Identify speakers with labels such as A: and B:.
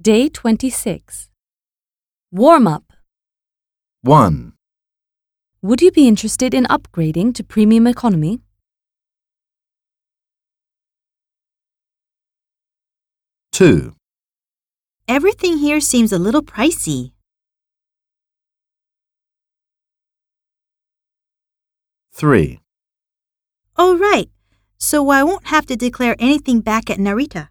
A: Day 26. Warm up.
B: 1.
A: Would you be interested in upgrading to premium economy?
B: two,
C: Everything here seems a little pricey.
B: three,
C: Oh, right. So I won't have to declare anything back at Narita.